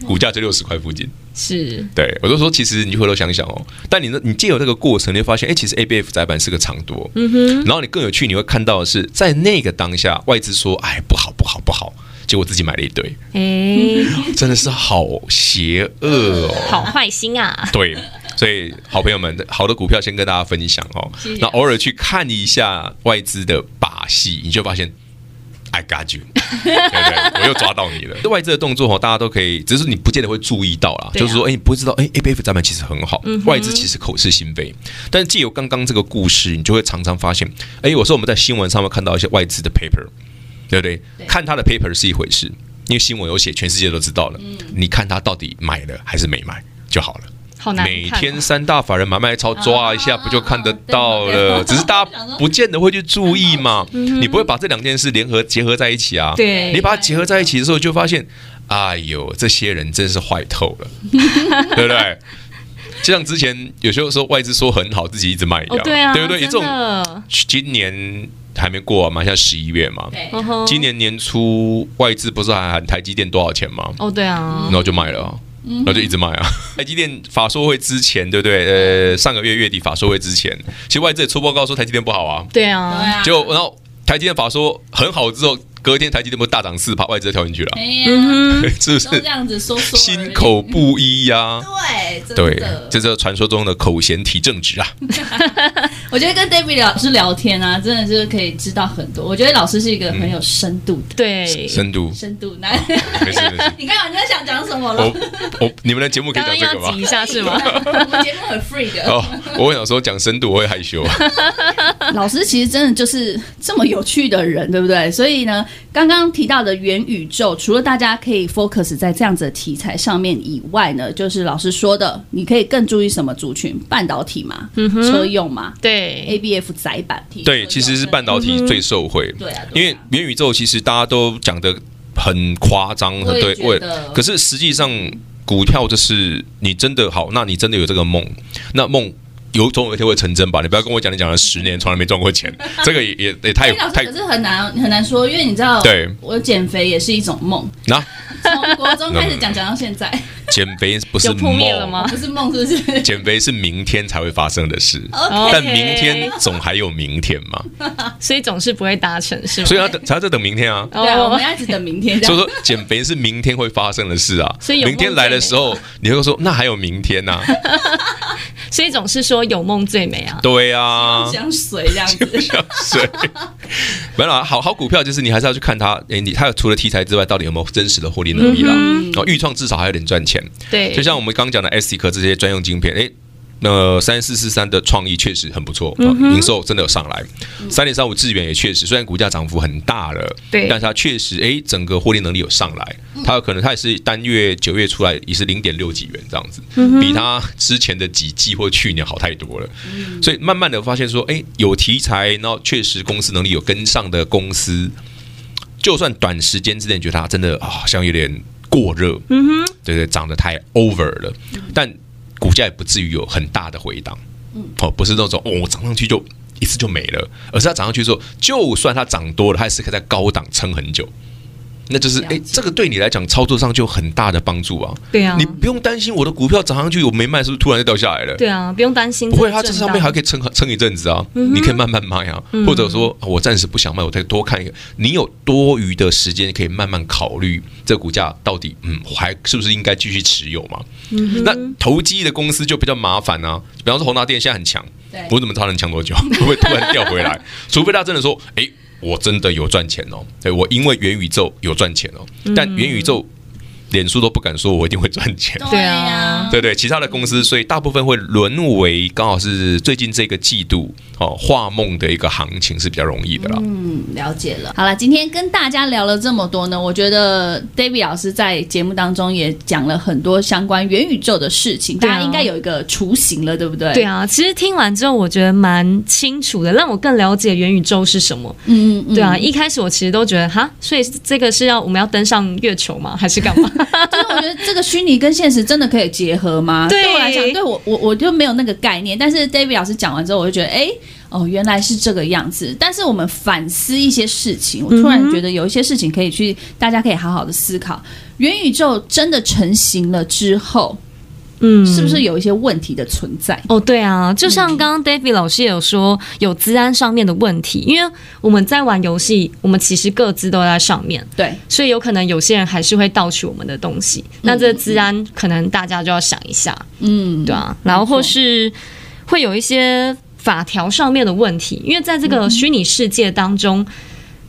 S3: 股价就六十块附近。
S1: 是，
S3: 对我就说，其实你回头想想哦，但你呢，你借由这个过程，你会发现，哎，其实 A B F 窄板是个长多，嗯哼，然后你更有趣，你会看到的是，在那个当下，外资说，哎，不好，不好，不好，结果自己买了一堆，
S1: 哎，
S3: 真的是好邪恶哦，
S1: 好坏心啊，
S3: 对，所以好朋友们，好的股票先跟大家分享哦。那偶尔去看一下外资的把戏，你就发现。I got you，对对，我又抓到你了。这外资的动作哦，大家都可以，只是你不见得会注意到啦。
S1: 对啊嗯
S3: 就是说，哎，你不会知道，哎，A B F 展板其实很好，外资其实口是心非。但是借由刚刚这个故事，你就会常常发现，哎，有时候我们在新闻上面看到一些外资的 paper，对不对？看他的 paper 是一回事，因为新闻有写，全世界都知道了。
S1: 嗯
S3: 你看他到底买了还是没买就好了。
S1: 好难
S3: 每
S1: 看
S3: 天
S1: 哦，
S3: 三大法人买卖超抓一下，不就看得到
S2: 对对
S3: 了？只是大家不见得会去注 意嘛。你不会把这两件事联合结合在一起啊？
S1: 嗯对
S3: 你把它结合在一起的时候，就发现，哎呦，这些人真是坏 透了，对不对？就像之前有些时候外资说很好，自己一直卖一
S1: 哦
S3: 样，，
S1: 对啊，
S3: 对不对？有
S1: 真
S3: 这种
S1: 的，
S3: 今年还没过完啊嘛，现在十一月嘛，
S2: 对
S1: 嗯哼
S3: 今年年初外资不是还喊台积电多少钱吗？
S1: 哦，对啊
S3: 然，后就卖了、啊，
S2: 嗯
S3: 然后就一直卖啊。台积电法说会之前，对不对？呃，上个月月底法说会之前，其实外资也出报告说台积电不好啊，
S1: 对
S2: 对
S1: 啊，
S2: 啊，
S3: 结果然后台积电法说很好之后，隔天台积电不是大涨四趴，外资就跳进去了啊、
S2: 哎呀，
S1: 嗯哼，
S3: 是不
S2: 都这
S3: 是？
S2: 样子说哎说，
S3: 心口不一呀、
S2: 对，真
S3: 对
S2: 的，，
S3: 这就是传说中的口嫌体正直啊。
S2: 我觉得跟 David 老师聊天啊，真的就是可以知道很多。我觉得老师是一个
S3: 嗯
S2: 很有深度的、
S1: 对，
S3: 深度，
S2: 深度男。
S3: 没事没事。
S2: 你看，你在想讲什么了？
S3: 我我你们的节目可以
S1: 刚
S3: 讲
S1: 刚
S3: 这
S1: 要
S3: 个
S1: 挤一
S3: 吗？
S1: 下是吗？
S2: 我们节目很 free 的。
S3: 哦，我想说讲深度 我会害羞。啊
S2: 老师其实真的就是这么有趣的人，对不对？所以呢，刚刚提到的元宇宙，除了大家可以 focus 在这样子的题材上面以外呢，就是老师说的，你可以更注意什么族群？半导体嘛，车用嘛
S1: 对，
S2: ，ABF 载板，
S3: 嗯对，其实是半导体最受惠，
S2: 对啊，
S3: 因为元宇宙其实大家都讲的很夸张，很对，
S2: 我也觉得
S3: 可是实际上股票就是你真的好，那你真的有这个梦，那梦。有总有一天会成真吧？你不要跟我讲，你讲了十年从来没赚过钱， 这个也也也太
S2: 哎老师
S3: 太
S2: 可是很难很难说，因为你知道，
S3: 对
S2: 我减肥也是一种梦，
S3: 那、
S2: 从国中开始讲讲到现在，
S3: 减肥不是
S1: 有破灭了
S3: 梦，
S1: 吗
S2: 不是梦 是不是？
S3: 减肥是明天才会发生的事。
S2: 哦
S1: OK
S3: 但明天总还有明天嘛，
S1: 所以总是不会达成，是吗？
S3: 所以他等他在等明 天啊。
S1: 哦
S2: 对啊，我们要一直等明天这
S3: 所以
S2: 样。
S3: 说减肥是明天会发生的事啊。
S1: 所以有
S3: 明天
S1: 梦
S3: 来
S1: 最
S3: 的
S1: 美
S3: 时候，你会说那还有明天呐、啊
S1: 所以总是说有梦最美啊。
S3: 对啊，
S2: 相随这样 子，
S3: 水。没有啦，啊好好股票就是你还是要去看它，诶，你它除了题材之外，到底有没有真实的获利能力啦？哦，预创至少还有点赚钱，
S1: 对，
S3: 就像我们刚讲的 S 科这些专用晶片，诶，那呃三四四三的创意确实很不错，哦营收真的有上来。三点三五智远也确实，虽然股价涨幅很大了，
S1: 对
S3: 但是它确实诶，整个获利能力有上来。它有可能它也是单月九月出来也是零点六几元这样子，比它之前的几季或去年好太多了。所以慢慢的发现说，诶，有题材，然后确实公司能力有跟上的公司，就算短时间之内觉得它真的啊好像有点过热，嗯哼，对对，涨得太 over 了，但股价也不至于有很大的回档，
S2: 嗯
S3: 哦，不是那种哦我涨上去就一次就没了，而是它涨上去之后，就算它涨多了，它也是可以在高档撑很久。那就是
S2: 了
S3: 诶，
S2: 解
S3: 这个对你来讲操作上就有很大的帮助啊！
S1: 对啊
S3: 你，不用担心我的股票涨上去，我没卖是不是突然就掉下来了？
S1: 对啊，不用担心。
S3: 不会，它这
S1: 震
S3: 上面
S1: 荡嗯
S3: 还可以撑撑一阵子啊，你可以慢慢卖啊，或者说啊我暂时不想卖，我再多看一个。你有多余的时间可以慢慢考虑这股价到底，嗯，我还是不是应该继续持有嘛？
S1: 嗯
S3: 那投机的公司就比较麻烦啊，比方说宏达电现在很强
S2: 对，
S3: 我怎么知道它能强多久？ 会不会突然掉回来？除非他真的说，诶，我真的有赚钱哦，对我因为元宇宙有赚钱哦，
S1: 嗯
S3: 但元宇宙脸书都不敢说我一定会赚钱，
S1: 对啊
S3: 对对，其他的公司，所以大部分会沦为刚好是最近这个季度哦，画梦的一个行情是比较容易的啦。
S2: 嗯，了解了。好了，今天跟大家聊了这么多呢，我觉得 David 老师在节目当中也讲了很多相关元宇宙的事情，大
S1: 对啊
S2: 家应该有一个雏形了，对不对？
S1: 对，啊，其实听完之后，我觉得蛮清楚的，让我更了解元宇宙是什么。
S2: 嗯嗯，
S1: 对啊，一开始我其实都觉得哈，所以这个是要我们要登上月球吗？还是干嘛？
S2: 就是我觉得这个虚拟跟现实真的可以结合吗？
S1: 对
S2: 我来讲，对我我我就没有那个概念。但是 David 老师讲完之后，我就觉得，哎，哦，原来是这个样子。但是我们反思一些事情，我突然觉得有一些事情可以去，大家可以好好的思考。元宇宙真的成型了之后，
S1: 嗯，
S2: 是不是有一些问题的存在？
S1: 哦，对啊，就像刚刚 David 老师也有说有资安上面的问题，因为我们在玩游戏，我们其实各自都在上面，
S2: 对，
S1: 所以有可能有些人还是会盗取我们的东西。那这资安可能大家就要想一下，
S2: 嗯，
S1: 对啊，然后或是会有一些法条上面的问题，因为在这个虚拟世界当中。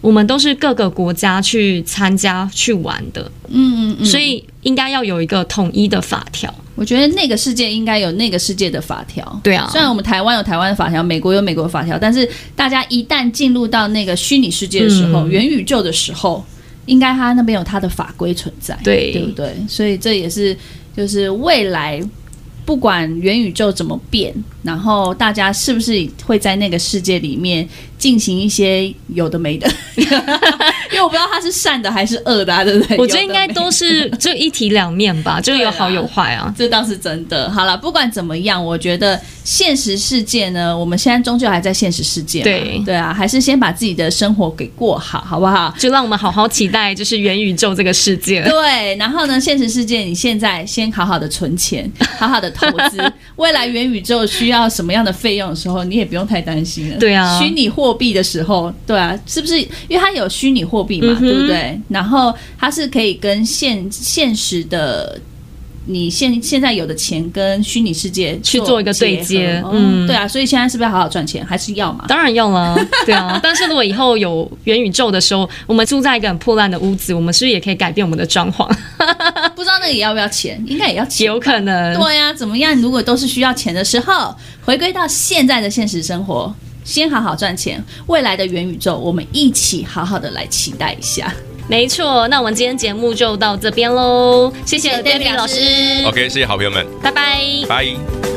S1: 我们都是各个国家去参加去玩的，
S2: 嗯嗯嗯。
S1: 所以应该要有一个统一的法条。
S2: 我觉得那个世界应该有那个世界的法条。
S1: 对啊
S2: 虽然我们台湾有台湾的法条，美国有美国的法条，但是大家一旦进入到那个虚拟世界的时候，
S1: 嗯
S2: 元宇宙的时候，应该他那边有他的法规存在，
S1: 对
S2: 对不对？所以这也是就是未来。不管元宇宙怎么变，然后大家是不是会在那个世界里面进行一些有的没的？ 因为我不知道它是善的还是恶的、啊，对不对？
S1: 我觉得
S2: 有
S1: 应
S2: 的
S1: 该
S2: 没的
S1: 都是就一体两面吧，就有好有坏啊。
S2: 这倒是真的。好了，不管怎么样，我觉得现实世界呢，我们现在终究还在现实世界嘛，
S1: 对
S2: 对啊，还是先把自己的生活给过好，好不好？
S1: 就让我们好好期待，就是元宇宙这个世 界。
S2: 对，然后呢？现实世界，你现在先好好的 存钱，好好的投资。未来元宇宙需要什么样的费用的时候，你也不用太担心了。
S1: 对啊
S2: 虚拟货币的时候，对啊，是不是？因为它有虚拟货币嘛，
S1: 嗯哼
S2: 对不对？然后它是可以跟现现实的。你现现在有的钱跟虚拟世界
S1: 去做一个对接
S2: 结合
S1: 嗯
S2: 哦，对啊，所以现在是不是要好好赚钱？还是要 嘛？
S1: 当然要啦，对啊。但是如果以后有元宇宙的时候，我们住在一个很破烂的屋子，我们是不是也可以改变我们的装潢？
S2: 不知道那个也要不要钱？应该也要钱吧，
S1: 有可能。
S2: 对呀、怎么样？如果都是需要钱的时候，回归到现在的现实生活，先好好赚钱，未来的元宇宙我们一起好好的来期待一下。
S1: 没错，那我们今天节目就到这边喽，谢谢
S2: 谢谢 David
S1: David 老
S2: 老
S1: 师，
S3: OK，谢谢好朋友们，
S1: 拜拜。
S3: 拜。